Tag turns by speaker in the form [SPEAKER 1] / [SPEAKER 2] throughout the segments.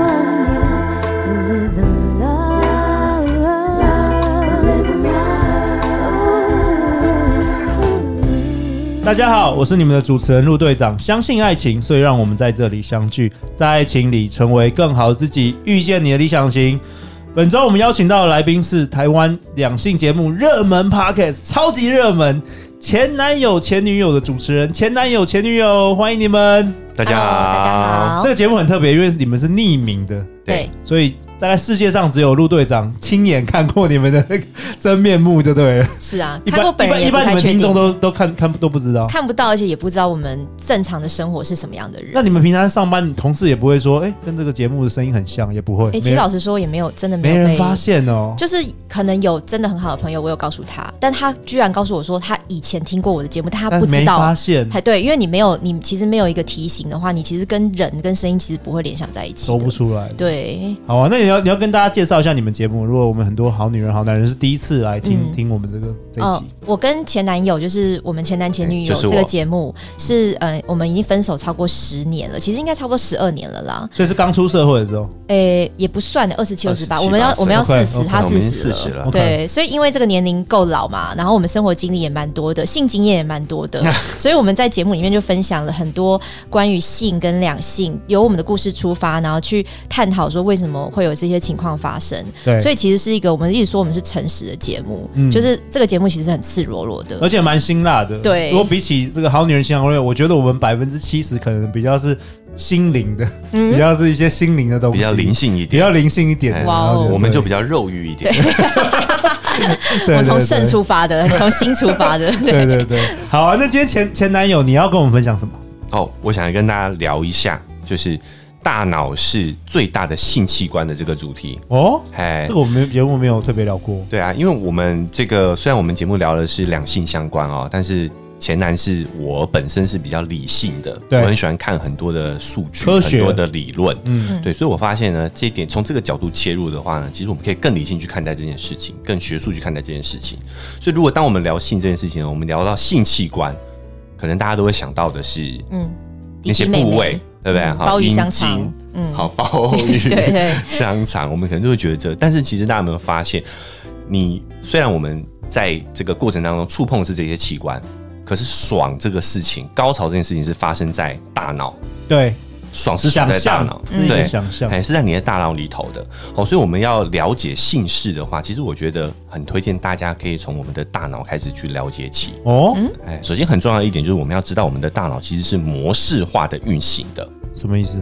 [SPEAKER 1] love you, live in love, live in love.
[SPEAKER 2] 大家好，我是你们的主持人陆队长。相信爱情，所以让我们在这里相聚，在爱情里成为更好的自己，遇见你的理想型。本周我们邀请到的来宾是台湾两性节目热门 podcast，超级热门，前男友前女友的主持人，前男友前女友，欢迎你们。
[SPEAKER 3] 大家好，
[SPEAKER 4] Hello，大家好
[SPEAKER 2] 这个节目很特别，因为你们是匿名的，
[SPEAKER 4] 对，
[SPEAKER 2] 所以大概世界上只有陆队长亲眼看过你们的那个真面目，就对了。
[SPEAKER 4] 是啊，
[SPEAKER 2] 一
[SPEAKER 4] 看过
[SPEAKER 2] 般
[SPEAKER 4] 本人
[SPEAKER 2] 一
[SPEAKER 4] 也不
[SPEAKER 2] 般一般你
[SPEAKER 4] 太
[SPEAKER 2] 们
[SPEAKER 4] 确
[SPEAKER 2] 听众
[SPEAKER 4] 定，
[SPEAKER 2] 都都看看都不知道。
[SPEAKER 4] 看不到，而且也不知道我们正常的生活是什么样的
[SPEAKER 2] 那
[SPEAKER 4] 人。
[SPEAKER 2] 你们平常上班，同事也不会说，哎、跟这个节目的声音很像，也不会。
[SPEAKER 4] 哎，其
[SPEAKER 2] 没
[SPEAKER 4] 实
[SPEAKER 2] 人
[SPEAKER 4] 老实说，也没有真的
[SPEAKER 2] 没
[SPEAKER 4] 没有
[SPEAKER 2] 人
[SPEAKER 4] 被，
[SPEAKER 2] 发现哦。
[SPEAKER 4] 就是可能有真的很好的朋友，我有告诉他，但他居然告诉我说他以前听过我的节目，但他
[SPEAKER 2] 但
[SPEAKER 4] 不
[SPEAKER 2] 是没
[SPEAKER 4] 知道
[SPEAKER 2] 发。现，
[SPEAKER 4] 还对，因为你没有，你其实没有一个提醒的话，你其实跟人跟声音其实不会联想在一起
[SPEAKER 2] 搜
[SPEAKER 4] 的。
[SPEAKER 2] 不出来。
[SPEAKER 4] 对，
[SPEAKER 2] 好啊，那你要你要跟大家介绍一下你们节目。如果我们很多好女人、好男人是第一次来听、
[SPEAKER 4] 嗯
[SPEAKER 2] 听我们这个这一
[SPEAKER 4] 嗯，
[SPEAKER 2] 集，
[SPEAKER 4] 我跟前男友就是我们前男前女
[SPEAKER 3] 嗯
[SPEAKER 4] 友
[SPEAKER 3] 就是
[SPEAKER 4] 这
[SPEAKER 3] 我
[SPEAKER 4] 个节目是呃，我们已经分手超过十年了，其实应该差不多十二年了啦。
[SPEAKER 2] 所以是刚出社会的时候。
[SPEAKER 4] 诶、也不算的，二十七、二十八，
[SPEAKER 3] 27
[SPEAKER 4] 我们要我们要四
[SPEAKER 2] OK，OK，
[SPEAKER 4] 十，他
[SPEAKER 3] 我们已经
[SPEAKER 4] 四十
[SPEAKER 3] 40了
[SPEAKER 4] 对，所以因为这个年龄够老嘛，然后我们生活经历也蛮多的， 性经验也蛮多的，所以我们在节目里面就分享了很多关于性跟两性，由我们的故事出发，然后去探讨说为什么会有这些情况发生。
[SPEAKER 2] 对，
[SPEAKER 4] 所以其实是一个我们一直说我们是诚实的节目，
[SPEAKER 2] 嗯
[SPEAKER 4] 就是这个节目其实很赤裸裸 的
[SPEAKER 2] 而，且蛮辛辣的。
[SPEAKER 4] 对
[SPEAKER 2] 如果比起这个好女人情感攻略，我觉得我们百分之七十可能比较是心灵的，比
[SPEAKER 4] 嗯，
[SPEAKER 2] 较是一些心灵的东西，
[SPEAKER 3] 比较灵，性一
[SPEAKER 2] 比
[SPEAKER 3] 点，
[SPEAKER 2] 较灵性一点的。
[SPEAKER 3] 哇
[SPEAKER 4] 哦
[SPEAKER 2] 然后
[SPEAKER 3] 我们就比
[SPEAKER 2] 较，
[SPEAKER 3] 较肉欲一点。
[SPEAKER 2] 对
[SPEAKER 4] 我从
[SPEAKER 2] 对
[SPEAKER 4] 肾
[SPEAKER 2] 对
[SPEAKER 4] 出发的，从心出发的，
[SPEAKER 2] 对对对， 好啊！那今天前前男友，你要跟我们分享什么？
[SPEAKER 3] 哦，我想跟大家聊一下，就是大脑是最大的性器官的这个主题。
[SPEAKER 2] 哦，
[SPEAKER 3] 哎
[SPEAKER 2] 这，个我们节目没有特别聊过。
[SPEAKER 3] 对啊，因为我们这个虽然我们节目聊的是两性相关哦，但是前男是我本身是比较理性的，我
[SPEAKER 2] 对
[SPEAKER 3] 很喜欢看很多的数据，
[SPEAKER 2] 科学
[SPEAKER 3] 很多的理论。
[SPEAKER 2] 嗯，
[SPEAKER 3] 对，所以我发现呢，这一点从这个角度切入的话呢，其实我们可以更理性去看待这件事情，更学术去看待这件事情。所以，如果当我们聊性这件事情呢，我们聊到性器官，可能大家都会想到的是
[SPEAKER 4] 嗯，
[SPEAKER 3] 那些
[SPEAKER 4] 弟弟妹妹
[SPEAKER 3] 部位，对不对？
[SPEAKER 4] 嗯
[SPEAKER 3] 好
[SPEAKER 4] 鲍鱼
[SPEAKER 3] 阴
[SPEAKER 4] 香
[SPEAKER 3] 茎
[SPEAKER 4] 肠嗯
[SPEAKER 3] 好鲍鱼，
[SPEAKER 4] 对对
[SPEAKER 3] 香肠，我们可能就会觉得这，但是其实大家有没有发现，你虽然我们在这个过程当中触碰是这些器官，可是爽这个事情，高潮这件事情是发生在大脑，
[SPEAKER 2] 对，
[SPEAKER 3] 爽是爽
[SPEAKER 2] 想
[SPEAKER 3] 在大
[SPEAKER 2] 象
[SPEAKER 3] 脑，
[SPEAKER 2] 是一个
[SPEAKER 3] 对，
[SPEAKER 2] 想象
[SPEAKER 3] 哎，，是在你的大脑里头的。哦，所以我们要了解性事的话，其实我觉得很推荐大家可以从我们的大脑开始去了解起。
[SPEAKER 2] 哦，
[SPEAKER 4] 嗯
[SPEAKER 3] 哎，首先很重要的一点就是我们要知道我们的大脑其实是模式化的运行的。
[SPEAKER 2] 什么意思？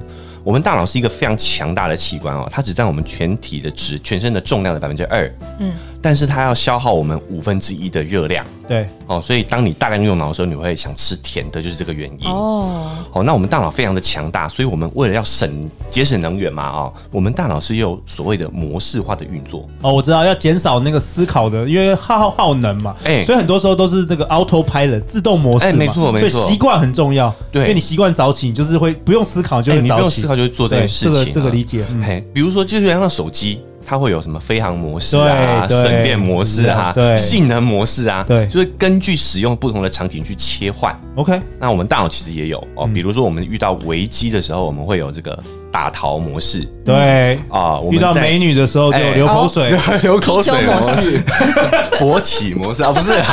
[SPEAKER 3] 我们大脑是一个非常强大的器官哦，它只占我们全体的值全身的重量的百分之二，嗯，但是它要消耗我们五分之一的热量
[SPEAKER 2] 对，
[SPEAKER 3] 哦，所以当你大量用脑的时候，你会想吃甜的，就是这个原因。
[SPEAKER 4] 哦。
[SPEAKER 3] 哦，那我们大脑非常的强大，所以我们为了要省节省能源嘛，哦，我们大脑是有所谓的模式化的运作。
[SPEAKER 2] 哦，我知道要减少那个思考的，因为耗耗能嘛，
[SPEAKER 3] 哎
[SPEAKER 2] 所以很多时候都是那个 auto pilot 自动模式嘛，
[SPEAKER 3] 哎没错没错
[SPEAKER 2] 所以习惯很重要，
[SPEAKER 3] 对
[SPEAKER 2] 因为你习惯早起，你就是会不用思考就
[SPEAKER 3] 哎
[SPEAKER 2] 会
[SPEAKER 3] 你不
[SPEAKER 2] 早
[SPEAKER 3] 用
[SPEAKER 2] 起，
[SPEAKER 3] 思考就会做这件事情、
[SPEAKER 2] 对
[SPEAKER 3] 啊
[SPEAKER 2] 这个这个理解嗯
[SPEAKER 3] 哎、比如说，就是像手机，它会有什么飞行模式啊、
[SPEAKER 2] 对对
[SPEAKER 3] 省电模式啊、
[SPEAKER 2] 对
[SPEAKER 3] 性能模式啊，
[SPEAKER 2] 对
[SPEAKER 3] 就是根据使用不同的场景去切换。
[SPEAKER 2] OK，
[SPEAKER 3] 那我们大脑其实也有哦，
[SPEAKER 2] 嗯
[SPEAKER 3] 比如说我们遇到危机的时候，我们会有这个打逃模式
[SPEAKER 2] 对，
[SPEAKER 3] 啊、我
[SPEAKER 2] 遇
[SPEAKER 3] 们
[SPEAKER 2] 到
[SPEAKER 3] 在
[SPEAKER 2] 美女的时候就
[SPEAKER 3] 哎
[SPEAKER 2] 流口水，
[SPEAKER 3] 流口水
[SPEAKER 4] 啤酒模式、
[SPEAKER 3] 勃起模式啊，不是 啊。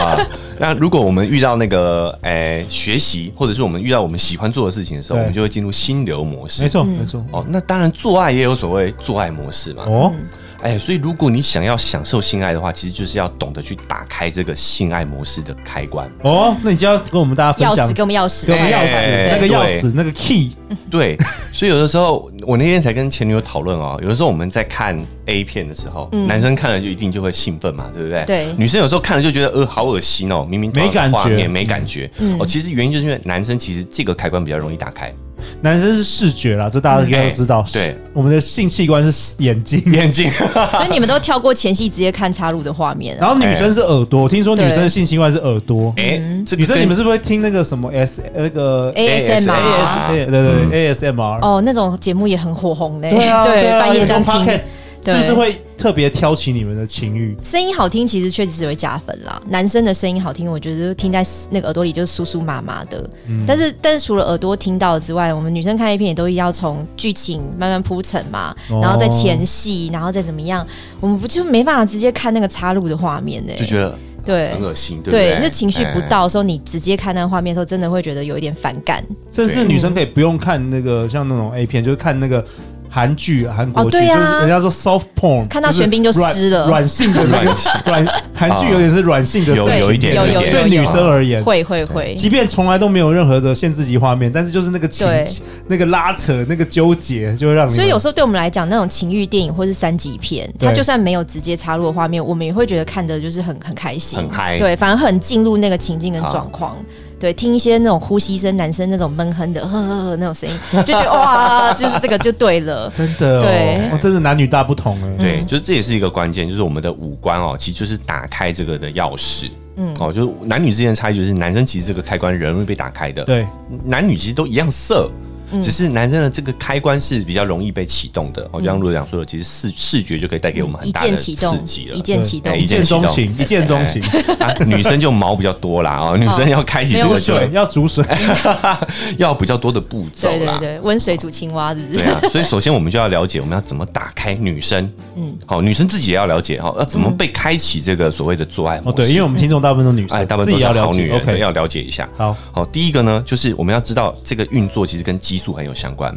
[SPEAKER 3] 啊那如果我们遇到那个诶、哎学习，或者是我们遇到我们喜欢做的事情的时候，
[SPEAKER 2] 对
[SPEAKER 3] 我们就会进入心流模式
[SPEAKER 2] 没。
[SPEAKER 4] 嗯
[SPEAKER 2] 错没错，
[SPEAKER 3] 哦，那当然做爱也有所谓做爱模式嘛。
[SPEAKER 2] 哦，
[SPEAKER 4] 嗯
[SPEAKER 3] 哎，所以如果你想要享受性爱的话，其实就是要懂得去打开这个性爱模式的开关。
[SPEAKER 2] 哦，那你就要跟我们大家
[SPEAKER 4] 钥
[SPEAKER 2] 分享
[SPEAKER 4] 匙，给我们嗯钥匙，
[SPEAKER 2] 给我们
[SPEAKER 3] 对
[SPEAKER 2] 钥匙，
[SPEAKER 3] 哎
[SPEAKER 2] 那个钥
[SPEAKER 3] 对
[SPEAKER 2] 匙，那个 key，
[SPEAKER 3] 对，所以有的时候我那天才跟前女友讨论哦，有的时候我们在看 A 片的时候，男生看了就一定就会兴奋嘛，对不对？
[SPEAKER 4] 嗯对
[SPEAKER 3] 女生有时候看了就觉得呃好恶心哦，明明同
[SPEAKER 2] 没感
[SPEAKER 3] 样的
[SPEAKER 2] 觉
[SPEAKER 3] 画面没感觉、
[SPEAKER 4] 嗯
[SPEAKER 3] 哦，其实原因就是因为男生其实这个开关比较容易打开，
[SPEAKER 2] 男生是视觉啦，这大家应该都知道，
[SPEAKER 3] 嗯对，
[SPEAKER 2] 我们的性器官是眼睛。
[SPEAKER 3] 眼睛
[SPEAKER 4] 所以你们都跳过前戏，直接看插入的画面
[SPEAKER 2] 然
[SPEAKER 4] 啊。
[SPEAKER 2] 后女生是耳朵，听说女
[SPEAKER 4] 对
[SPEAKER 2] 生的性习惯是耳朵。
[SPEAKER 3] 哎，这个
[SPEAKER 2] 女生你们
[SPEAKER 3] 是
[SPEAKER 2] 是不是会听那个什么 S 那个
[SPEAKER 4] ASMR
[SPEAKER 3] ASMR 嗯
[SPEAKER 2] 对对对 ASMR？
[SPEAKER 4] 哦，那种节目也很火红呢。
[SPEAKER 2] 对啊，对啊
[SPEAKER 4] 半夜
[SPEAKER 2] 有种
[SPEAKER 4] 中听
[SPEAKER 2] podcast，是不是
[SPEAKER 4] 对
[SPEAKER 2] 会特别挑起你们的情欲？
[SPEAKER 4] 声音好听，其实确实是会加分啦。男生的声音好听，我觉得就听在那个耳朵里就是酥酥麻麻的。
[SPEAKER 2] 嗯
[SPEAKER 4] 但是，但是除了耳朵听到之外，我们女生看 A 片也都要从剧情慢慢铺陈嘛，
[SPEAKER 2] 哦
[SPEAKER 4] 然后再前戏，然后再怎么样，我们不就没办法直接看那个插入的画面呢、
[SPEAKER 3] 就觉得
[SPEAKER 4] 对
[SPEAKER 3] 很恶心，对不
[SPEAKER 4] 对
[SPEAKER 3] 对？，
[SPEAKER 4] 就情绪不
[SPEAKER 3] 哎。
[SPEAKER 4] 到的时候，你直接看那个画面的时候，真的会觉得有一点反感。
[SPEAKER 2] 甚至
[SPEAKER 3] 对
[SPEAKER 2] 女生可以不用看那个像那种 A 片，就是看那个韩剧、韩国
[SPEAKER 4] 哦
[SPEAKER 2] 剧，
[SPEAKER 4] 对啊
[SPEAKER 2] 就是人家说 soft porn，
[SPEAKER 4] 看到
[SPEAKER 2] 就是
[SPEAKER 4] 玄彬就
[SPEAKER 2] 软
[SPEAKER 4] 湿了
[SPEAKER 2] 软性的那个
[SPEAKER 3] 软性
[SPEAKER 2] 软韩剧有点是软性的色
[SPEAKER 3] 有
[SPEAKER 2] 情，
[SPEAKER 4] 对，
[SPEAKER 3] 一点
[SPEAKER 4] 有有
[SPEAKER 3] 有一
[SPEAKER 4] 有
[SPEAKER 3] 点
[SPEAKER 2] 对
[SPEAKER 4] 有
[SPEAKER 2] 女生而言。
[SPEAKER 4] 会会会，
[SPEAKER 2] 即便从来都没有任何的限制级画面，但是就是那个情
[SPEAKER 4] 对、
[SPEAKER 2] 那个拉扯、那个纠结，就会让你们
[SPEAKER 4] 所以有时候对我们来讲，那种情欲电影或是三级片，
[SPEAKER 2] 对
[SPEAKER 4] 它就算没有直接插入的画面，我们也会觉得看的就是很很开心，
[SPEAKER 3] 很嗨
[SPEAKER 4] 对，反而很进入那个情境跟状况。对，听一些那种呼吸声，男生那种闷哼的呵呵呵那种声 音，就觉得哇，就是这个就对了。
[SPEAKER 2] 真的、哦，
[SPEAKER 4] 对嗯
[SPEAKER 2] 哦真的男女大不同哎。
[SPEAKER 3] 对，就是这也是一个关键，就是我们的五官哦，其实就是打开这个的钥匙。嗯，哦，就是男女之间的差异，就是男生其实这个开关人会被打开的，，
[SPEAKER 2] 对，
[SPEAKER 3] 男女其实都一样色，
[SPEAKER 2] 嗯
[SPEAKER 3] 只是男生的这个开关是比较容易被启动的。
[SPEAKER 2] 嗯
[SPEAKER 3] 哦，就像陆队长说的，其实视视觉就可以带给我们很
[SPEAKER 4] 一
[SPEAKER 3] 大的
[SPEAKER 4] 键启动
[SPEAKER 3] 刺激，了
[SPEAKER 4] 一。键启动
[SPEAKER 3] 哎，
[SPEAKER 2] 一见钟情，一见钟情，
[SPEAKER 3] 啊，女生就毛比较多啦， 哦，女生要开启这
[SPEAKER 4] 没
[SPEAKER 3] 个
[SPEAKER 4] 有
[SPEAKER 3] 就
[SPEAKER 2] 对，要煮水，
[SPEAKER 3] 哎要比较多的步骤
[SPEAKER 4] 对对
[SPEAKER 3] 啦。
[SPEAKER 4] 对，温水煮青蛙是不
[SPEAKER 3] 对
[SPEAKER 4] 是？
[SPEAKER 3] 啊，所以首先我们就要了解我们要怎么打开女生，嗯
[SPEAKER 4] 嗯，
[SPEAKER 3] 好，女生自己也要了解哈，要怎么被开启这个所谓的做爱模
[SPEAKER 2] 嗯哦，对，
[SPEAKER 3] 式。
[SPEAKER 2] 因为我们听众大部分都女生，
[SPEAKER 3] 哎，大部
[SPEAKER 2] 自
[SPEAKER 3] 分都
[SPEAKER 2] 己
[SPEAKER 3] 是
[SPEAKER 2] 要了
[SPEAKER 3] 好女
[SPEAKER 2] 解。
[SPEAKER 3] 人
[SPEAKER 2] OK，
[SPEAKER 3] 要了解一下。
[SPEAKER 2] 好，
[SPEAKER 3] 好，第一个呢，就是我们要知道这个运作其实跟激素很有相关。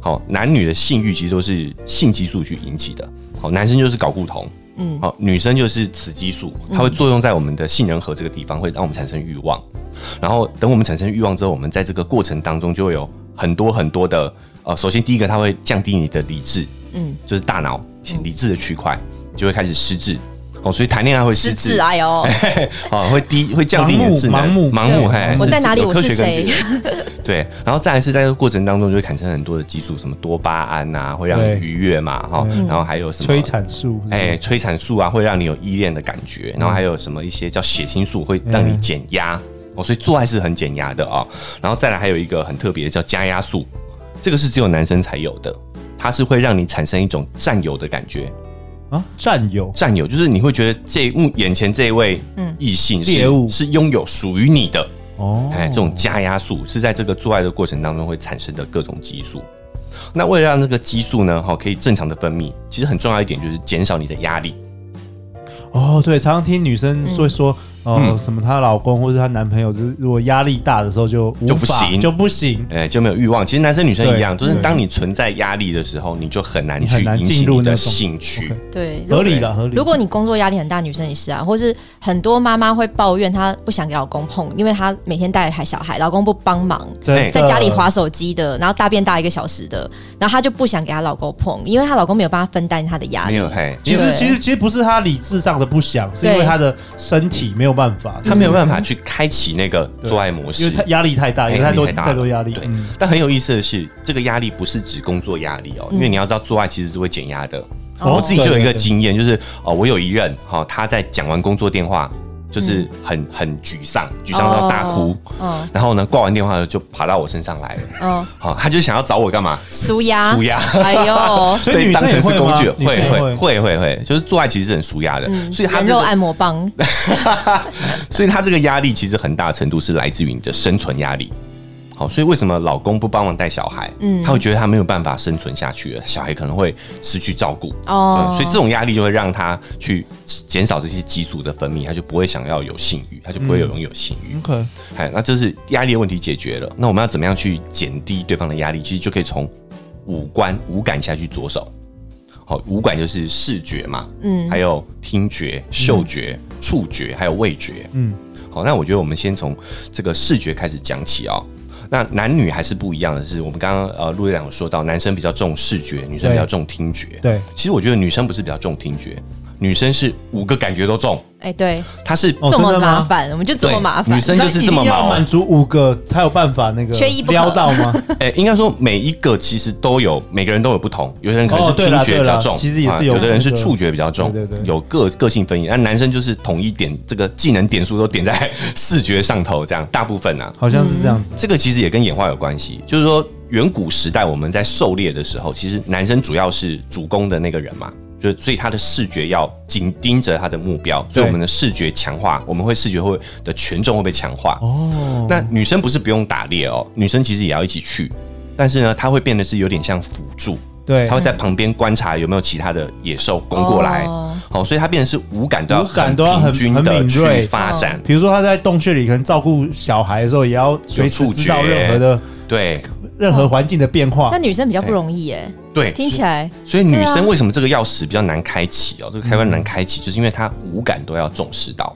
[SPEAKER 3] 好，男女的性欲其实都是性激素去引起的。好，男生就是睾固酮，嗯，好，女生就是雌激素，
[SPEAKER 4] 嗯
[SPEAKER 3] 它会作用在我们的杏仁核这个地方，会让我们产生欲望。然后等我们产生欲望之后，我们在这个过程当中就会有很多很多的呃，首先第一个它会降低你的理智，嗯
[SPEAKER 4] 嗯，
[SPEAKER 3] 就是大脑理智的区块就会开始失智。哦，所以谈恋爱会 失
[SPEAKER 4] 失
[SPEAKER 3] 智
[SPEAKER 4] 智，哎 呦，
[SPEAKER 3] 哦，会低会降低你的智能，
[SPEAKER 2] 盲目
[SPEAKER 3] 盲
[SPEAKER 4] 对
[SPEAKER 3] 目，哎嘿，
[SPEAKER 4] 我
[SPEAKER 3] 是
[SPEAKER 4] 在哪里，
[SPEAKER 3] 有
[SPEAKER 4] 我
[SPEAKER 3] 科
[SPEAKER 4] 是
[SPEAKER 3] 学根
[SPEAKER 4] 谁
[SPEAKER 3] 据？对，然后再来是在这个过程当中就会产生很多的激素，什么多巴胺啊，会让
[SPEAKER 2] 对
[SPEAKER 3] 你愉悦嘛，哈，
[SPEAKER 2] 嗯
[SPEAKER 3] 然后还有什么
[SPEAKER 2] 催。产素，
[SPEAKER 3] 哎，催产素啊，会让你有依恋的感觉，然后还有什么一些叫血清素，会让你
[SPEAKER 2] 嗯
[SPEAKER 3] 减压、哦，所以做爱是很减压的哦。然后再来还有一个很特别的叫加压素，这个是只有男生才有的，它是会让你产生一种占有的感觉，
[SPEAKER 2] 啊，占有
[SPEAKER 3] 占有就是你会觉得这目眼前这一位异性是、
[SPEAKER 2] 猎物
[SPEAKER 3] 是拥有属于你的，
[SPEAKER 2] 哦，
[SPEAKER 3] 哎，这种加压素是在这个做爱的过程当中会产生的各种激素。那为了让这个激素呢，哈、可以正常的分泌，其实很重要一点就是减少你的压力。
[SPEAKER 2] 哦，对，常常听女生会说，
[SPEAKER 3] 嗯
[SPEAKER 2] 哦，什么她老公或是她男朋友，就是如果压力大的时候就无
[SPEAKER 3] 就不
[SPEAKER 2] 法
[SPEAKER 3] 行
[SPEAKER 2] 就不行，
[SPEAKER 3] 哎，就没有欲望。其实男生女生一样，就是当你存在压力的时候，你就很难
[SPEAKER 2] 你很
[SPEAKER 3] 去
[SPEAKER 2] 难
[SPEAKER 3] 引
[SPEAKER 2] 进
[SPEAKER 3] 起
[SPEAKER 2] 入
[SPEAKER 3] 你
[SPEAKER 2] 那
[SPEAKER 3] 的
[SPEAKER 2] 种
[SPEAKER 3] 兴趣
[SPEAKER 2] OK。
[SPEAKER 4] 对，
[SPEAKER 2] 合理的合理。
[SPEAKER 4] 如果你工作压力很大，女生也是啊，或是很多妈妈会抱怨她不想给老公碰，因为她每天带孩小孩，老公不帮忙，
[SPEAKER 2] 真的
[SPEAKER 4] 在家
[SPEAKER 3] 哎
[SPEAKER 4] 里划手机的，然后大便大一个小时的，然后她就不想给她老公碰，因为她老公没有办法分担她的压
[SPEAKER 3] 没
[SPEAKER 4] 力。
[SPEAKER 3] 有，嘿，
[SPEAKER 2] 其实
[SPEAKER 4] 对
[SPEAKER 2] 其实其实不是她理智上的不想，是因为
[SPEAKER 4] 对
[SPEAKER 2] 她的身体没有办法，
[SPEAKER 3] 他没有办法去开启那个做爱模
[SPEAKER 2] 因
[SPEAKER 3] 式
[SPEAKER 2] 为。她压力太大，啊
[SPEAKER 3] 哎
[SPEAKER 2] 有太多
[SPEAKER 3] 压力太大
[SPEAKER 2] 太多压力，
[SPEAKER 3] 对
[SPEAKER 2] 嗯，
[SPEAKER 3] 但很有意思的是，这个压力不是指工作压力哦，因为你要知道做爱其实是会减压的。
[SPEAKER 4] 哦
[SPEAKER 3] 我自己就有
[SPEAKER 2] 对
[SPEAKER 3] 一
[SPEAKER 2] 对
[SPEAKER 3] 个
[SPEAKER 2] 对
[SPEAKER 3] 经验，就是哦，我有一任哈、哦，他在讲完工作电话，就是
[SPEAKER 2] 嗯
[SPEAKER 3] 很、很沮丧，沮丧到大哭。
[SPEAKER 2] 哦
[SPEAKER 4] 嗯
[SPEAKER 3] 然后呢，挂完电话就爬到我身上来了。
[SPEAKER 4] 嗯，
[SPEAKER 3] 好、他就想要找我干嘛？
[SPEAKER 4] 舒压，
[SPEAKER 3] 舒压，
[SPEAKER 4] 哎 呦，
[SPEAKER 2] 啊所以
[SPEAKER 3] 被
[SPEAKER 2] 女
[SPEAKER 3] 当
[SPEAKER 2] 生也
[SPEAKER 3] 成是
[SPEAKER 2] 会嗯
[SPEAKER 3] 工
[SPEAKER 2] 吗
[SPEAKER 3] 具，
[SPEAKER 2] 女生
[SPEAKER 3] 会
[SPEAKER 2] 也
[SPEAKER 3] 会会会会，就是做爱其实是很舒压的，所以他
[SPEAKER 4] 人
[SPEAKER 3] 这
[SPEAKER 4] 肉
[SPEAKER 3] 个，
[SPEAKER 4] 按摩棒，
[SPEAKER 3] 所以他这个压力其实很大程度是来自于你的生存压力。好，所以为什么老公不帮忙带小孩？嗯，他会觉得他没有办法生存下去了，小孩可能会失去照顾。
[SPEAKER 4] 哦
[SPEAKER 3] 嗯，所以这种压力就会让他去减少这些激素的分泌，他就不会想要有性欲，他就不会有拥有性欲。
[SPEAKER 2] ，OK，
[SPEAKER 3] 哎、那这是压力的问题解决了。那我们要怎么样去减低对方的压力？其实就可以从五官五感下去着手。好，五感就是视觉嘛，嗯，还有听觉、嗅觉、触觉，还有味觉，嗯
[SPEAKER 2] 嗯。
[SPEAKER 3] 好，那我觉得我们先从这个视觉开始讲起哦。那男女还是不一样的是，我们刚刚呃陆队长有说到，男生比较重视觉，女生比较重听觉。
[SPEAKER 2] 对，
[SPEAKER 3] 其实我觉得女生不是比较重听觉，女生是五个感觉都重，
[SPEAKER 4] 哎，对，
[SPEAKER 3] 她是
[SPEAKER 2] 哦
[SPEAKER 4] 这
[SPEAKER 2] 真
[SPEAKER 4] 么
[SPEAKER 2] 的吗
[SPEAKER 4] 麻烦，我们就这
[SPEAKER 3] 对
[SPEAKER 4] 么麻
[SPEAKER 3] 女
[SPEAKER 4] 烦，
[SPEAKER 3] 生就是这么
[SPEAKER 2] 那一定
[SPEAKER 3] 啊
[SPEAKER 2] 要
[SPEAKER 3] 忙
[SPEAKER 2] 满。足五个才有办法那个
[SPEAKER 4] 缺一不可
[SPEAKER 2] 撩到吗？
[SPEAKER 3] 哎、应该说每一个其实都有，每个人都有不同。有的人可能是
[SPEAKER 2] 哦对
[SPEAKER 3] 听
[SPEAKER 2] 啦
[SPEAKER 3] 觉比较
[SPEAKER 2] 对
[SPEAKER 3] 重，
[SPEAKER 2] 啦其实也是有
[SPEAKER 3] 啊有的人是
[SPEAKER 2] 那个
[SPEAKER 3] 触觉比较重，
[SPEAKER 2] 对对对
[SPEAKER 3] 有个个性分野。那男生就是统一点这个技能点数都点在 视觉上头，这样大部分啊，
[SPEAKER 2] 好像是这样子，
[SPEAKER 3] 这个其实也跟演化有关系。就是说，远古时代我们在狩猎的时候，其实男生主要是主攻的那个人嘛，就所以他的视觉要紧盯着他的目标，所以我们的视觉强化，我们会视觉会的权重会被强化。
[SPEAKER 2] 哦，
[SPEAKER 3] 那女生不是不用打猎哦，女生其实也要一起去，但是呢，她会变得是有点像辅助，
[SPEAKER 2] 对
[SPEAKER 3] 她，会在旁边观察有没有其他的野兽攻过来。
[SPEAKER 4] 哦
[SPEAKER 3] 好、所以她变成是五感都要
[SPEAKER 2] 五感都要很
[SPEAKER 3] 平均
[SPEAKER 2] 很
[SPEAKER 3] 的
[SPEAKER 2] 敏
[SPEAKER 3] 去
[SPEAKER 2] 锐哦
[SPEAKER 3] 发展。
[SPEAKER 2] 比如说他在洞穴里可能照顾小孩的时候，也要随时知道
[SPEAKER 3] 有触觉
[SPEAKER 2] 任何的
[SPEAKER 3] 对
[SPEAKER 2] 任何环境的变化
[SPEAKER 4] 那。女生比较不容易哎，
[SPEAKER 3] 对，
[SPEAKER 4] 听起来
[SPEAKER 3] 所以女
[SPEAKER 4] 对啊嗯
[SPEAKER 3] 生为什么这个钥匙比较难开启哦？这个开关难开启，就是因为她五感都要重视到。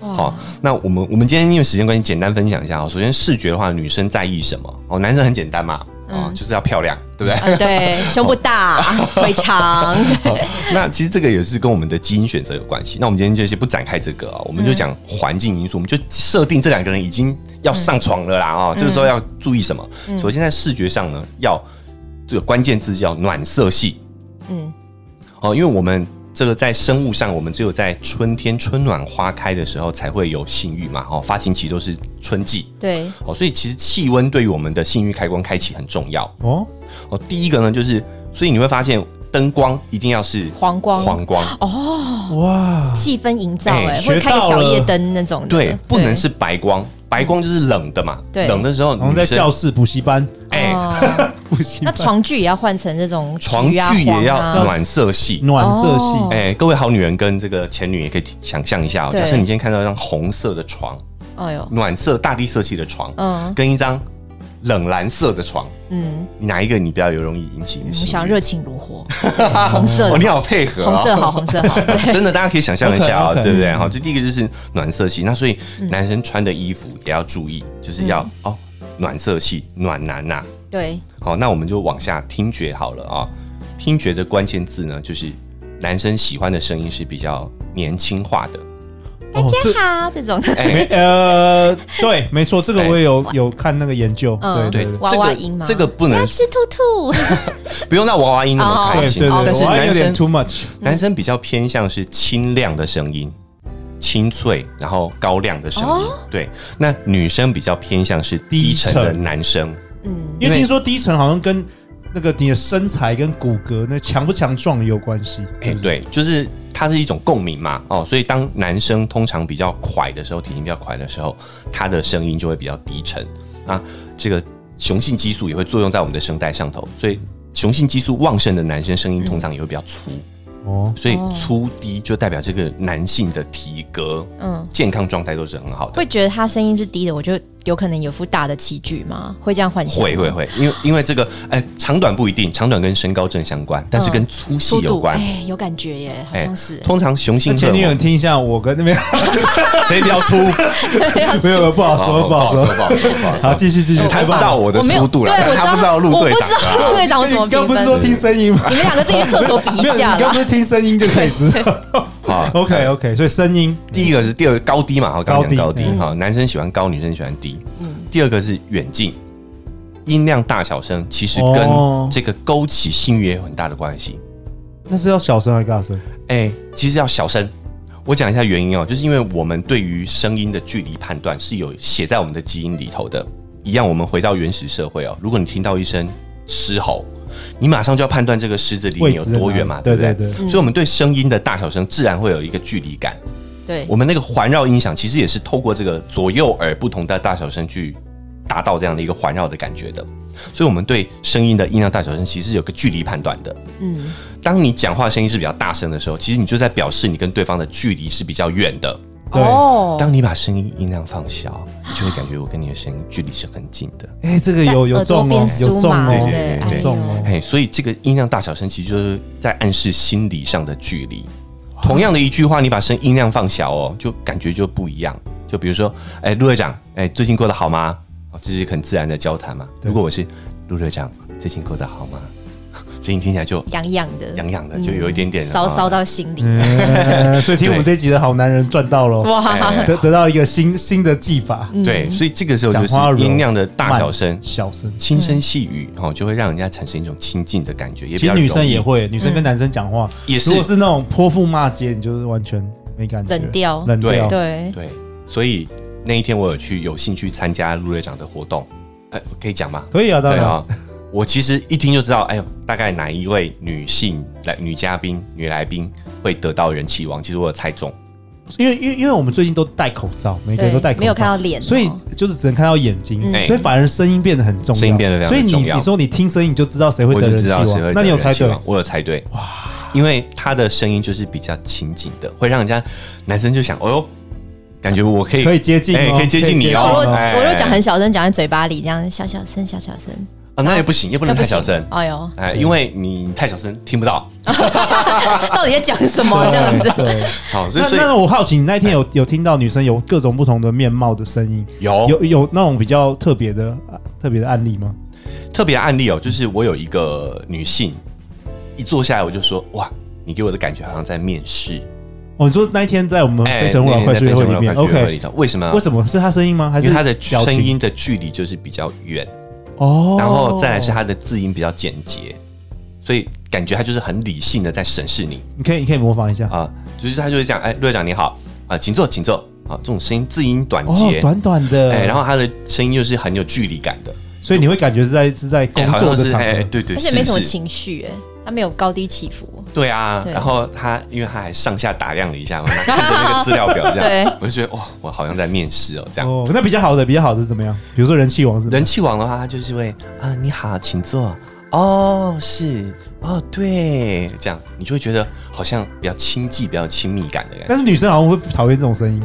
[SPEAKER 3] 好、那我们我们今天因为时间关系，简单分享一下哦。首先，视觉的话，女生在意什么？哦，男生很简单嘛，哦，
[SPEAKER 4] 嗯
[SPEAKER 3] 就是要漂亮，对不对？
[SPEAKER 4] 啊，对，胸部 大，腿长，
[SPEAKER 3] 那其实这个也是跟我们的基因选择有关系。那我们今天就先不展开这个啊、我们就讲环境因素，我们就设定这两个人已经要上床了啦啊、这个时候要注意什么？首先在视觉上呢，要这个关键字叫暖色系。
[SPEAKER 4] 嗯
[SPEAKER 3] 嗯，哦，因为我们。这个在生物上，我们只有在春天春暖花开的时候才会有性欲嘛，哦，发情期都是春季，
[SPEAKER 4] 对，
[SPEAKER 3] 哦，所以其实气温对于我们的性欲开关开启很重要。
[SPEAKER 2] 哦，
[SPEAKER 3] 哦，第一个呢，就是所以你会发现灯光一定要是
[SPEAKER 4] 黄光哦
[SPEAKER 3] 黄光，
[SPEAKER 2] 哦哇，
[SPEAKER 4] 气氛营造
[SPEAKER 3] 哎
[SPEAKER 4] 哎，
[SPEAKER 2] 学
[SPEAKER 4] 会开个
[SPEAKER 2] 到
[SPEAKER 4] 小
[SPEAKER 2] 了
[SPEAKER 4] 夜灯那种的，
[SPEAKER 3] 对，不能是白光，白光就是冷的嘛。
[SPEAKER 4] 嗯对
[SPEAKER 3] 冷的时候
[SPEAKER 2] 我们在
[SPEAKER 3] 女
[SPEAKER 2] 教
[SPEAKER 3] 生
[SPEAKER 2] 室补习班，
[SPEAKER 3] 哎、
[SPEAKER 4] 哦
[SPEAKER 2] 补习
[SPEAKER 4] 那
[SPEAKER 2] 班
[SPEAKER 4] 床具也要换成这种
[SPEAKER 3] 床
[SPEAKER 4] 橘啊
[SPEAKER 3] 具也
[SPEAKER 4] 黄啊
[SPEAKER 3] 要暖色系。
[SPEAKER 2] 暖色系，
[SPEAKER 4] 哦
[SPEAKER 3] 哎、各位好女人跟这个前女也可以想象一下、哦，
[SPEAKER 4] 对
[SPEAKER 3] 假设你今天看到一张红色的床，
[SPEAKER 4] 哎呦，
[SPEAKER 3] 暖色大地色系的床，
[SPEAKER 4] 嗯
[SPEAKER 3] 跟一张冷蓝色的床，
[SPEAKER 4] 嗯，
[SPEAKER 3] 你哪一个你比较有容易引起你的
[SPEAKER 4] 我
[SPEAKER 3] 性欲？
[SPEAKER 4] 想热情如火，对红色
[SPEAKER 3] 哦，你
[SPEAKER 4] 的，
[SPEAKER 3] 好配合、哦，
[SPEAKER 4] 红色好，红色好， 对
[SPEAKER 3] 真的，大家可以想象一下啊、
[SPEAKER 2] OK，OK 嗯
[SPEAKER 3] 对不对？好，这第一个就是暖色系，那所以
[SPEAKER 4] 嗯
[SPEAKER 3] 男生穿的衣服也要注意，就是要、哦暖色系，暖男呐、
[SPEAKER 4] 对，
[SPEAKER 3] 好，那我们就往下听觉好了啊、听觉的关键字呢，就是男生喜欢的声音是比较年轻化的。
[SPEAKER 2] 哦，这
[SPEAKER 4] 哈这种，
[SPEAKER 2] 没呃，对，没错，这个
[SPEAKER 3] 哎
[SPEAKER 2] 我也有有看那个研究，
[SPEAKER 4] 嗯
[SPEAKER 2] 对对
[SPEAKER 3] 对，
[SPEAKER 2] 对。
[SPEAKER 4] 娃
[SPEAKER 3] 这
[SPEAKER 4] 娃
[SPEAKER 3] 个
[SPEAKER 4] 音吗
[SPEAKER 3] 这个不
[SPEAKER 4] 那哦
[SPEAKER 3] 能
[SPEAKER 4] 吃兔兔，
[SPEAKER 3] 不用到娃娃音那么开
[SPEAKER 2] 对
[SPEAKER 3] 心，
[SPEAKER 2] 对对，
[SPEAKER 3] 哦但是
[SPEAKER 2] 我还有
[SPEAKER 3] 男
[SPEAKER 2] 点
[SPEAKER 3] 生
[SPEAKER 2] too much，
[SPEAKER 3] 男生比较偏向是清亮的声音，清脆，然后高亮的声音。
[SPEAKER 4] 哦
[SPEAKER 3] 对，那女生比较偏向是低沉
[SPEAKER 2] 低
[SPEAKER 3] 的
[SPEAKER 2] 沉
[SPEAKER 3] 男生。
[SPEAKER 4] 嗯，
[SPEAKER 2] 因为听说低沉好像跟那个你的身材跟骨骼那强不强壮有关系。
[SPEAKER 3] 哎、对，就是它是一种共鸣嘛，哦，所以当男生通常比较快的时候，体型比较快的时候，他的声音就会比较低沉啊。这个雄性激素也会作用在我们的声带上头，所以雄性激素旺盛的男生声音通常也会比较粗，
[SPEAKER 2] 哦，
[SPEAKER 3] 所以粗低就代表这个男性的体格、
[SPEAKER 4] 嗯
[SPEAKER 3] 嗯健康状态都是很好的
[SPEAKER 4] 会。觉得他声音是低的，我就有可能有副大的器具吗？会这样幻想？
[SPEAKER 3] 会会。会，因为因为这个，哎、长短不一定，长短跟身高正相关，但是
[SPEAKER 4] 嗯
[SPEAKER 3] 跟粗细
[SPEAKER 4] 速
[SPEAKER 3] 有
[SPEAKER 4] 度
[SPEAKER 3] 关。
[SPEAKER 4] 哎，有感觉耶，好
[SPEAKER 3] 哎
[SPEAKER 4] 像是。
[SPEAKER 3] 通常雄
[SPEAKER 2] 那
[SPEAKER 3] 性荷
[SPEAKER 2] 啊前
[SPEAKER 3] 尔
[SPEAKER 2] 女友
[SPEAKER 3] 蒙
[SPEAKER 2] 你听一下，我跟那边
[SPEAKER 3] 谁比较粗？
[SPEAKER 2] 没有不好
[SPEAKER 3] 好
[SPEAKER 2] 说，不好说。
[SPEAKER 3] 不好说，不好
[SPEAKER 2] 好，
[SPEAKER 3] 说。
[SPEAKER 2] 继续继续
[SPEAKER 3] 你，
[SPEAKER 2] 太
[SPEAKER 3] 看不
[SPEAKER 2] 棒
[SPEAKER 3] 到我的
[SPEAKER 4] 我没有
[SPEAKER 3] 速度了
[SPEAKER 4] 对，我知道
[SPEAKER 3] 他不知道陆队
[SPEAKER 4] 我不
[SPEAKER 3] 长
[SPEAKER 4] 知道
[SPEAKER 3] 啊。
[SPEAKER 4] 陆队长我怎么
[SPEAKER 2] 你刚
[SPEAKER 4] 评
[SPEAKER 2] 不是
[SPEAKER 4] 分
[SPEAKER 2] 说？听声音吗？
[SPEAKER 4] 你们两个自己去厕所比一
[SPEAKER 2] 没有，你
[SPEAKER 4] 下
[SPEAKER 2] 刚
[SPEAKER 4] 啦
[SPEAKER 2] 不。是听声音就可以 知道。
[SPEAKER 3] 好
[SPEAKER 2] OK OK，所以声音
[SPEAKER 3] 啊第一个是第二个高低嘛，好，刚刚讲
[SPEAKER 2] 高
[SPEAKER 3] 高
[SPEAKER 2] 低嗯
[SPEAKER 3] 低哈，男生喜欢高，女生喜欢低。第二个是远近，音量大小声其实跟
[SPEAKER 2] 哦
[SPEAKER 3] 这个勾起性欲也有很大的关系。
[SPEAKER 2] 那是要小声还是大声？
[SPEAKER 3] 哎，其实要小声。我讲一下原因哦，就是因为我们对于声音的距离判断是有写在我们的基因里头的。一样，我们回到原始社会哦，如果你听到一声狮吼，你马上就要判断这个狮子离
[SPEAKER 2] 位
[SPEAKER 3] 你有
[SPEAKER 2] 置在
[SPEAKER 3] 多
[SPEAKER 2] 哪
[SPEAKER 3] 远嘛，
[SPEAKER 2] 对
[SPEAKER 3] 不对？
[SPEAKER 2] 对对，
[SPEAKER 3] 所以，我们对声音的大小声自然会有一个距离感。
[SPEAKER 4] 对
[SPEAKER 3] 我，们那个环绕音响其实也是透过这个左右耳不同的大小声去达到这样的一个环绕的感觉的。所以，我们对声音的音量大小声其实有个距离判断的。
[SPEAKER 4] 嗯，
[SPEAKER 3] 当你讲话声音是比较大声的时候，其实你就在表示你跟对方的距离是比较远的。
[SPEAKER 2] 对
[SPEAKER 4] 哦，
[SPEAKER 3] 当你把声音音量放小，你就会感觉我跟你的声音距离是很近的。
[SPEAKER 2] 哎，这个有
[SPEAKER 4] 在
[SPEAKER 2] 有
[SPEAKER 4] 耳朵
[SPEAKER 2] 中
[SPEAKER 4] 边
[SPEAKER 2] 哦，
[SPEAKER 4] 梳哎
[SPEAKER 2] 有中
[SPEAKER 4] 嘛
[SPEAKER 2] 哦，
[SPEAKER 4] 对
[SPEAKER 3] 不对
[SPEAKER 2] 有中哦。
[SPEAKER 3] 嘿，所以这个音量大小声其实就是在暗示心理上的距离。同样的一句话，你把声音量放小哦，就感觉就不一样。就比如说，哎，陆队长，哎，最近过得好吗？哦，这是很自然的交谈嘛。
[SPEAKER 2] 对
[SPEAKER 3] 如果我是陆队长，最近过得好吗？ 这音听起来就
[SPEAKER 4] 痒痒的，
[SPEAKER 3] 痒痒的，就有一点点
[SPEAKER 4] 骚骚
[SPEAKER 3] 的。哦
[SPEAKER 4] 到心里。
[SPEAKER 2] 嗯所以听我们这一集的好男人赚到了，
[SPEAKER 4] 哇，
[SPEAKER 3] 哎
[SPEAKER 2] 得得到一个新新的技法，
[SPEAKER 4] 嗯
[SPEAKER 3] 对，所以这个时候就
[SPEAKER 2] 讲话柔
[SPEAKER 3] 是音量的大小声
[SPEAKER 2] 慢、小声。
[SPEAKER 3] 轻声细语，哦，就会让人家产生一种亲近的感觉，也比
[SPEAKER 2] 其
[SPEAKER 3] 较
[SPEAKER 2] 实女生
[SPEAKER 3] 容易
[SPEAKER 2] 也会，女
[SPEAKER 4] 嗯
[SPEAKER 2] 生跟男生讲话，
[SPEAKER 3] 也
[SPEAKER 2] 如果
[SPEAKER 3] 是
[SPEAKER 2] 是那种泼妇骂街，你就是完全没感觉，
[SPEAKER 4] 冷掉
[SPEAKER 2] 冷
[SPEAKER 3] 对
[SPEAKER 2] 掉。
[SPEAKER 4] 对，
[SPEAKER 3] 对。所以那一天我有去有兴趣参加陆队长的活动，哎，可以讲吗？
[SPEAKER 2] 可以啊，当
[SPEAKER 3] 对
[SPEAKER 2] 然。
[SPEAKER 3] 啊、我其实一听就知道，哎呦，大概哪一位女性来女嘉宾、女来宾会得到人气王？其实我有猜中，
[SPEAKER 2] 因为因为因为我们最近都戴口罩，每个人
[SPEAKER 4] 对
[SPEAKER 2] 都戴口，罩，
[SPEAKER 4] 没有看到脸哦，
[SPEAKER 2] 所以就是只能看到眼睛，
[SPEAKER 4] 嗯
[SPEAKER 2] 所以反而声音变得很重要。
[SPEAKER 3] 声音变得非
[SPEAKER 2] 所以
[SPEAKER 3] 常重
[SPEAKER 2] 你
[SPEAKER 3] 要
[SPEAKER 2] 你说你听声音你就知道谁会
[SPEAKER 3] 我
[SPEAKER 2] 得
[SPEAKER 3] 就
[SPEAKER 2] 人
[SPEAKER 3] 知
[SPEAKER 2] 气
[SPEAKER 3] 道谁会
[SPEAKER 2] 王，
[SPEAKER 3] 得
[SPEAKER 2] 那你有猜
[SPEAKER 3] 人气
[SPEAKER 2] 对
[SPEAKER 3] 王？我有猜对，哇！因为他的声音就是比较亲近的，会让人家男生就想，哦呦，感觉我可以
[SPEAKER 2] 可以接近哦
[SPEAKER 3] 哎可以接近你
[SPEAKER 4] 哦我
[SPEAKER 2] 可
[SPEAKER 3] 哦
[SPEAKER 2] 以接近。
[SPEAKER 3] 哎
[SPEAKER 4] 我若讲很小声，讲在嘴巴里，这样小小声，小小声，
[SPEAKER 3] 啊，那也不行，也不能
[SPEAKER 4] 那
[SPEAKER 3] 太
[SPEAKER 4] 不行
[SPEAKER 3] 小声。
[SPEAKER 4] 哎呦，
[SPEAKER 3] 哎，因为你太小声听不到，
[SPEAKER 4] 到底在讲什么？这样 子，
[SPEAKER 2] 对，啊
[SPEAKER 3] 好，所以
[SPEAKER 2] 那
[SPEAKER 3] 所以
[SPEAKER 2] 那我好奇，你那天有有听到女生有各种不同的面貌的声音，
[SPEAKER 3] 有
[SPEAKER 2] 有有那种比较特别的啊特别的案例吗？
[SPEAKER 3] 特别案例哦，就是我有一个女性，一坐下来我就说，哇，你给我的感觉好像在面试，
[SPEAKER 2] 哦，你说那一天在我们非诚勿扰
[SPEAKER 3] 哎那天
[SPEAKER 2] 快
[SPEAKER 3] 在
[SPEAKER 2] 速约
[SPEAKER 3] 非
[SPEAKER 2] 会
[SPEAKER 3] 诚勿
[SPEAKER 2] 里
[SPEAKER 3] 扰
[SPEAKER 2] 面
[SPEAKER 3] 快速约会
[SPEAKER 2] ，OK，
[SPEAKER 3] 里头，为什么啊？
[SPEAKER 2] 为什么是她声音吗？还
[SPEAKER 3] 因
[SPEAKER 2] 是
[SPEAKER 3] 为她的
[SPEAKER 2] 表
[SPEAKER 3] 声
[SPEAKER 2] 情
[SPEAKER 3] 音的距离就是比较远，
[SPEAKER 2] 哦，
[SPEAKER 3] 然后再来是她的字音比较简洁，所以感觉她就是很理性的在审视你
[SPEAKER 2] 你可以你可以模仿一下，
[SPEAKER 3] 啊、就是她就会讲，哎，陆队长你好啊、请坐，请坐啊、这种声音字音短
[SPEAKER 2] 哦
[SPEAKER 3] 节，，
[SPEAKER 2] 短短的，
[SPEAKER 3] 哎，然后她的声音又是很有距离感的，
[SPEAKER 2] 所以你会感觉是在是在工
[SPEAKER 3] 哎好
[SPEAKER 2] 作
[SPEAKER 3] 像
[SPEAKER 2] 的
[SPEAKER 3] 是
[SPEAKER 2] 场合，
[SPEAKER 3] 哎，对对，
[SPEAKER 4] 而且没
[SPEAKER 3] 是
[SPEAKER 4] 什么
[SPEAKER 3] 是
[SPEAKER 4] 情绪，哎，他没有高低起伏，
[SPEAKER 3] 对啊，
[SPEAKER 4] 对
[SPEAKER 3] 然后他因为他还上下打量了一 下嘛，他看着那个资料表这样
[SPEAKER 4] 对，
[SPEAKER 3] 我就觉得哇，我好像在面试哦，这样。
[SPEAKER 2] 哦，那比较好的比较好的是怎么样？比如说人气王是吗
[SPEAKER 3] 人气王的话，他就是会啊，你好，请坐。哦，是哦，对，这样你就会觉得好像比较亲近、比较有亲密感的感觉。
[SPEAKER 2] 但是女生好像会讨厌这种声音，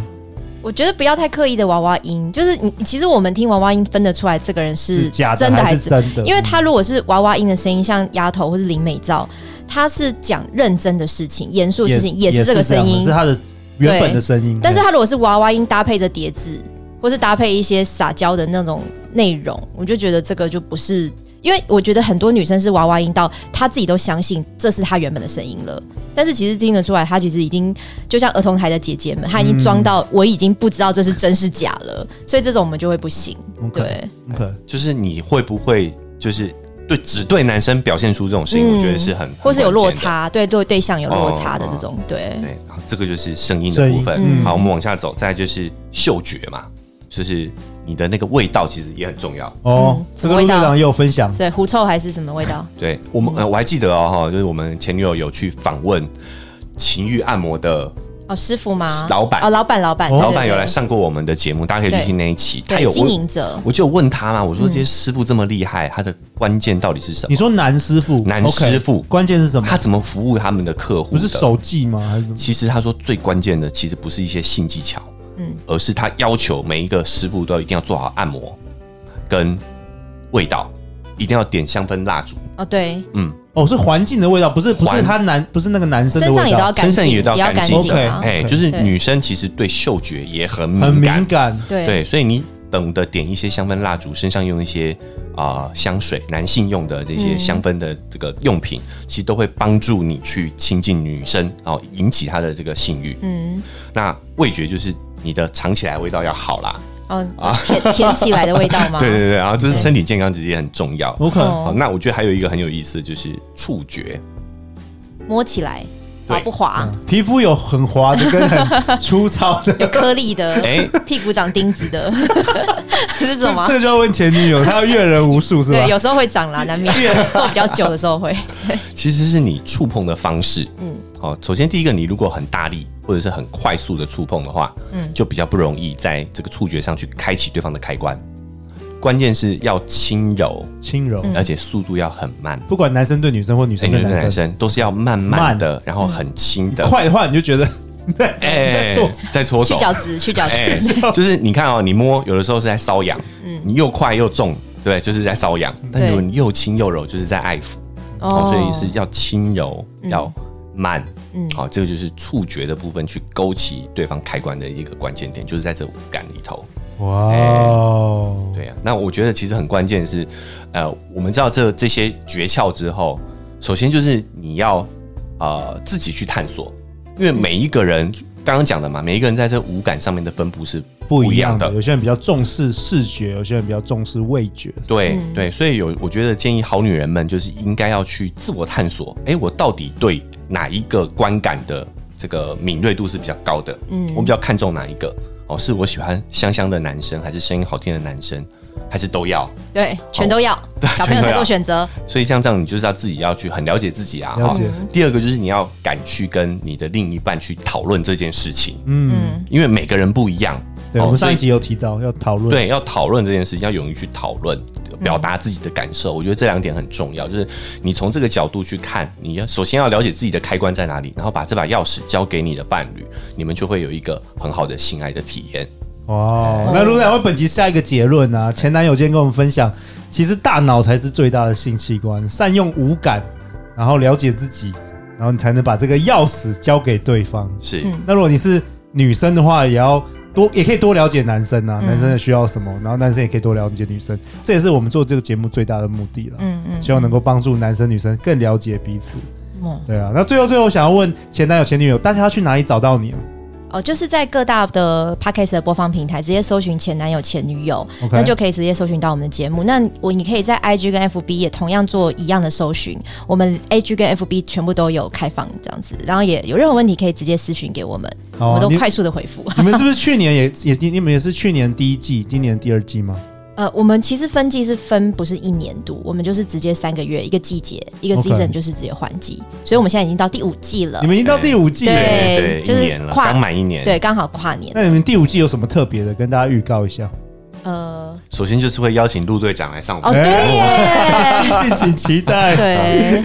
[SPEAKER 4] 我觉得不要太刻意的娃娃音，就是你其实我们听娃娃音分得出来这个人是
[SPEAKER 2] 是假的
[SPEAKER 4] 真的
[SPEAKER 2] 还
[SPEAKER 4] 还
[SPEAKER 2] 是
[SPEAKER 4] 是
[SPEAKER 2] 真的？
[SPEAKER 4] 因为他如果是娃娃音的声音，像丫头或是林美照，他是讲认真的事情、严肃的事情，也是这个声
[SPEAKER 2] 样
[SPEAKER 4] 音
[SPEAKER 2] 是。他的原本的声音。哎
[SPEAKER 4] 但是他如果是娃娃音搭配着叠字，或是搭配一些撒娇的那种内容，我就觉得这个就不是。因为我觉得很多女生是娃娃音到她自己都相信这是她原本的声音了，但是其实听得出来，她其实已经就像儿童台的姐姐们，她已经装到我已经不知道这是真是假了，所以这种我们就会不行。
[SPEAKER 2] OK
[SPEAKER 4] 对，嗯
[SPEAKER 2] OK，
[SPEAKER 3] 就是你会不会就是对只对男生表现出这种声音，
[SPEAKER 4] 嗯
[SPEAKER 3] 我觉得是很
[SPEAKER 4] 或是有落。
[SPEAKER 3] 很关键的
[SPEAKER 4] 差，对对对象有落差的这种，对。
[SPEAKER 3] 对，好这个就是声音
[SPEAKER 2] 声
[SPEAKER 3] 的
[SPEAKER 2] 音
[SPEAKER 3] 部分。
[SPEAKER 4] 嗯
[SPEAKER 3] 好，我们往下走，再来就是嗅觉嘛，就是你的那个味道其实也很重要。
[SPEAKER 2] 哦
[SPEAKER 4] 嗯，
[SPEAKER 2] 这个陆队长也有分享，
[SPEAKER 4] 对，狐臭还是什么味道？
[SPEAKER 3] 对我们，呃我还记得哦，哈，就是我们前女友有去访问情欲按摩的
[SPEAKER 4] 哦，师傅吗？
[SPEAKER 3] 老板
[SPEAKER 4] 哦，老板，老板，
[SPEAKER 2] 哦
[SPEAKER 4] 对
[SPEAKER 3] 老板，有来，
[SPEAKER 4] 对
[SPEAKER 3] 上过我们的节目，大家可以去
[SPEAKER 4] 对
[SPEAKER 3] 听那一期。他
[SPEAKER 4] 对
[SPEAKER 3] 有
[SPEAKER 4] 经
[SPEAKER 3] 问，嗯
[SPEAKER 4] 营嗯者，
[SPEAKER 3] 我就有问他嘛，我说这些师傅这么厉害，他的关键到底是什
[SPEAKER 2] 你
[SPEAKER 3] 么？
[SPEAKER 2] 说男师傅，
[SPEAKER 3] 男师傅
[SPEAKER 2] OK，关键是什么
[SPEAKER 3] 他？怎么服务他们的客户？
[SPEAKER 2] 不是。手技吗？还是什么？
[SPEAKER 3] 其实他说最关键的，其实不是一些性技巧，
[SPEAKER 4] 嗯
[SPEAKER 3] 而是他要求每一个师傅都一定要做好按摩跟味道，一定要点香氛蜡烛，
[SPEAKER 4] 哦，对，
[SPEAKER 3] 嗯
[SPEAKER 2] 哦，是环境的味道，不是不是
[SPEAKER 3] 环
[SPEAKER 2] 他男，不是那个男生的
[SPEAKER 4] 身上
[SPEAKER 2] 味
[SPEAKER 4] 也都要
[SPEAKER 2] 道，
[SPEAKER 4] 干
[SPEAKER 3] 身
[SPEAKER 4] 净，
[SPEAKER 3] 上也都要
[SPEAKER 4] 要
[SPEAKER 3] 干
[SPEAKER 4] 干
[SPEAKER 3] 净
[SPEAKER 4] 净啊
[SPEAKER 2] OK，
[SPEAKER 3] 哎、就是
[SPEAKER 4] 对
[SPEAKER 3] 女生其实对嗅觉也很
[SPEAKER 2] 很
[SPEAKER 3] 敏感
[SPEAKER 2] 敏，感。
[SPEAKER 4] 对
[SPEAKER 3] 对，所以你懂得点一些香氛蜡烛，身上用一些啊、香水，男性用的这
[SPEAKER 4] 嗯
[SPEAKER 3] 些香氛的这个用品，其实都会帮助你去亲近女生，然后引起她的这个性欲。
[SPEAKER 4] 嗯，
[SPEAKER 3] 那味觉就是你的尝起来味道要好啦，
[SPEAKER 4] 哦，甜甜起来的味 道吗？
[SPEAKER 3] 啊对对对，然后就是身体健康其实也很重要。
[SPEAKER 2] OK，
[SPEAKER 3] 好，
[SPEAKER 4] 哦，
[SPEAKER 3] 那我觉得还有一个很有意思的就是触觉，
[SPEAKER 4] 摸起来
[SPEAKER 3] 对嗯
[SPEAKER 4] 滑不滑？
[SPEAKER 2] 皮肤有很滑的跟很粗糙的。
[SPEAKER 4] 有颗粒的，
[SPEAKER 3] 哎
[SPEAKER 4] 屁股长钉子的， 是
[SPEAKER 2] 这
[SPEAKER 4] 什么
[SPEAKER 2] 这？个就要问前女友，她阅人无数是吧
[SPEAKER 4] 对，？有时候会长啦，难免做比较久的时候会。
[SPEAKER 3] 其实是你触碰的方式。
[SPEAKER 4] 嗯，
[SPEAKER 3] 哦，首先第一个，你如果很大力或者是很快速的触碰的话，嗯，就比较不容易在这个触觉上去开启对方的开关。关键是要轻柔，
[SPEAKER 2] 轻柔，
[SPEAKER 4] 嗯
[SPEAKER 3] 而且速度要很慢。
[SPEAKER 2] 不管男生对女生或女
[SPEAKER 3] 哎
[SPEAKER 2] 生
[SPEAKER 3] 你
[SPEAKER 2] 对
[SPEAKER 3] 们
[SPEAKER 2] 男
[SPEAKER 3] 男
[SPEAKER 2] 生，
[SPEAKER 3] 生都是要慢慢嗯的，然后很轻的，
[SPEAKER 2] 快的话你就觉得， 对，
[SPEAKER 3] 哎，
[SPEAKER 2] 在做
[SPEAKER 3] 在搓
[SPEAKER 4] 去
[SPEAKER 3] 手，
[SPEAKER 4] 角质，去角质，
[SPEAKER 3] 哎，就是你看哦，你摸有的时候是在瘙痒，
[SPEAKER 4] 嗯
[SPEAKER 3] 你又快又重，对，就是在瘙痒。但如果你又轻又柔，就是在爱抚。哦，所以是要轻柔，要慢，嗯，好、这个就是触觉的部分去勾起对方开关的一个关键点，就是在这五感里头。
[SPEAKER 2] 哇哦，
[SPEAKER 3] 哎对啊，那我觉得其实很关键的是，呃，我们知道这这些诀窍之后，首先就是你要呃自己去探索，因为每一个人刚刚讲的嘛，每一个人在这五感上面的分布是
[SPEAKER 2] 不一
[SPEAKER 3] 样
[SPEAKER 2] 样的。有些人比较重视视觉，有些人比较重视味觉。
[SPEAKER 3] 对、对，所以有我觉得建议好女人们就是应该要去自我探索，诶，我到底对哪一个观感的这个敏锐度是比较高的？嗯，我比较看重哪一个？哦，是我喜欢香香的男生，还是声音好听的男生？还是都要？
[SPEAKER 4] 对，全都要，小朋友
[SPEAKER 3] 哦全都
[SPEAKER 4] 才
[SPEAKER 3] 要
[SPEAKER 4] 做选择。
[SPEAKER 3] 所以像这样，你就是要自己要去很了解自己啊。
[SPEAKER 2] 了
[SPEAKER 3] 哈
[SPEAKER 2] 解
[SPEAKER 3] 第二个就是你要敢去跟你的另一半去讨论这件事情，
[SPEAKER 2] 嗯，
[SPEAKER 3] 因为每个人不一样。
[SPEAKER 2] 对，我们上一
[SPEAKER 3] 所以
[SPEAKER 2] 集有提到要讨论，，
[SPEAKER 3] 哦对，要讨论这件事情，要勇于去讨论，表达自己的感受。我觉得这两点很重要，就是你从这个角度去看，你要首先要了解自己的开关在哪里，然后把这把钥匙交给你的伴侣，你们就会有一个很好的性爱的体验。哎
[SPEAKER 2] 哇，哦那陆两位本集下一个结论啊，前男友今天跟我们分享，其实大脑才是最大的性器官，善用五感，然后了解自己，然后你才能把这个钥匙交给对方。
[SPEAKER 3] 是，
[SPEAKER 2] 那如果你是女生的话，也要多也可以多了解男生
[SPEAKER 4] 嗯
[SPEAKER 2] 啊，男生的需要什么，然后男生也可以多了解女生，这也是我们做这个节目最大的目的了。
[SPEAKER 4] 嗯嗯
[SPEAKER 2] 希望能够帮助男生女生更了解彼此。
[SPEAKER 4] 嗯，
[SPEAKER 2] 对啊，那最后最后想要问前男友前女友，大家要去哪里找到你 啊
[SPEAKER 4] 哦，就是在各大的 podcast 的播放平台直接搜寻前男友前女友
[SPEAKER 2] OK
[SPEAKER 4] 那就可以直接搜寻到我们的节目。那我你可以在 IG 跟 FB 也同样做一样的搜寻，我们 IG 跟 FB 全部都有开放这样子，然后也有任何问题可以直接私讯给我们，
[SPEAKER 2] 好啊
[SPEAKER 4] 我们
[SPEAKER 2] 你
[SPEAKER 4] 都快速的回复。
[SPEAKER 2] 你们是不是去年也也你你们也是去年第一季，今年第二季吗？
[SPEAKER 4] 呃，我们其实分季是分不是一年度，我们就是直接三个月一个季节，一个
[SPEAKER 2] OK
[SPEAKER 4] season 就是直接换季所以我们现在已经到第五季了
[SPEAKER 2] 你。们已经到第五季了。
[SPEAKER 4] 对
[SPEAKER 3] 对，
[SPEAKER 4] 就是
[SPEAKER 3] 一年了，
[SPEAKER 4] 跨
[SPEAKER 3] 刚满一年。
[SPEAKER 4] 对，，刚好跨年。
[SPEAKER 2] 那你们第五季有什么特别的？跟大家预告一 下。
[SPEAKER 4] 呃，
[SPEAKER 3] 首先就是会邀请陆队长来上我
[SPEAKER 4] 哦，
[SPEAKER 3] 们
[SPEAKER 4] 对
[SPEAKER 3] 节目，
[SPEAKER 4] 耶，
[SPEAKER 2] 敬请期待。
[SPEAKER 4] 对。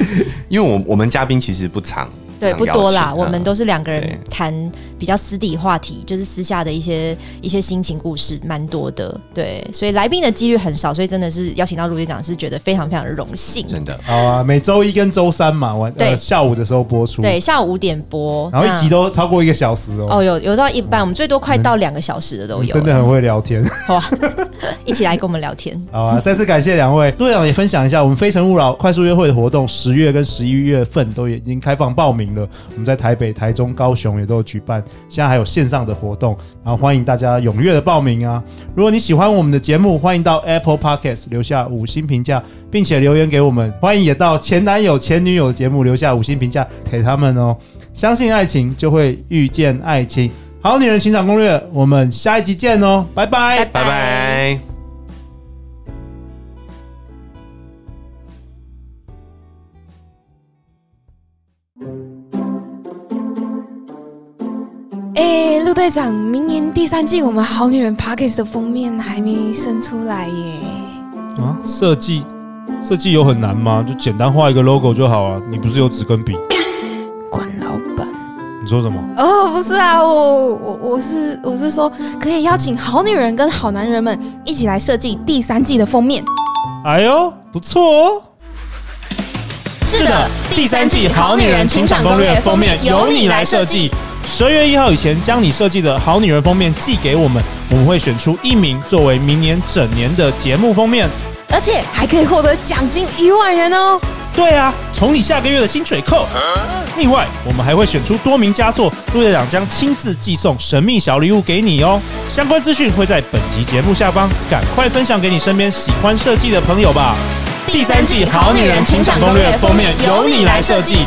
[SPEAKER 3] 因为我我们嘉宾其实不长，
[SPEAKER 4] 对，
[SPEAKER 3] 常
[SPEAKER 4] 不多
[SPEAKER 3] 邀
[SPEAKER 4] 啦，
[SPEAKER 3] 请嗯
[SPEAKER 4] 我们都是两个
[SPEAKER 3] 对
[SPEAKER 4] 人谈比较私底话题，就是私下的一些一些心情故事，蛮多的。对，所以来宾的几率很少，所以真的是邀请到陆队长是觉得非常非常的荣幸。
[SPEAKER 3] 真的
[SPEAKER 2] 好啊，每周一跟周三嘛，晚呃
[SPEAKER 4] 对
[SPEAKER 2] 下午的时候播出。
[SPEAKER 4] 对，，下午五点播，
[SPEAKER 2] 然后一集
[SPEAKER 4] 那
[SPEAKER 2] 都超过一个小时哦。
[SPEAKER 4] 哦，有有到一半，我们最多快到两个小时的都有，
[SPEAKER 2] 嗯真的很会聊天。
[SPEAKER 4] 好啊， 一起来跟我们聊天。
[SPEAKER 2] 好啊，再次感谢两位。陆队长也分享一下，我们《非诚勿扰》快速约会的活动，十月跟十一月份都已经开放报名了。我们在台北、台中、高雄也都有举办，现在还有线上的活动，然后欢迎大家踊跃的报名啊！如果你喜欢我们的节目，欢迎到 Apple Podcast 留下五星评价，并且留言给我们。欢迎也到前男友、前女友的节目留下五星评价给他们哦。相信爱情，就会遇见爱情。好女人情场攻略，我们下一集见哦，拜拜。
[SPEAKER 3] 拜拜。
[SPEAKER 5] 哎，陆队长，明年第三季我们《好女人 p o c k e t 的封面还没生出来耶。
[SPEAKER 2] 啊，设计设计有很难吗？就简单画一个 logo 就好啊。你不是有纸跟笔？
[SPEAKER 5] 管老板，
[SPEAKER 2] 你说什么？
[SPEAKER 5] 哦，不是啊，我我我是我是说，可以邀请好女人跟好男人们一起来设计第三季的封面。
[SPEAKER 2] 哎呦，不错哦。
[SPEAKER 5] 是
[SPEAKER 2] 计。十二月一号以前，将你设计的好女人封面寄给我们，我们会选出一名作为明年整年的节目封面。
[SPEAKER 5] 而且还可以获得奖金一万元哦。
[SPEAKER 2] 对啊，从你下个月的薪水扣。另外，我们还会选出多名佳作，陆队长将亲自寄送神秘小礼物给你哦。相关资讯会在本集节目下方，赶快分享给你身边喜欢设计的朋友吧。第三季《好女人情场攻略》封面由你来设计，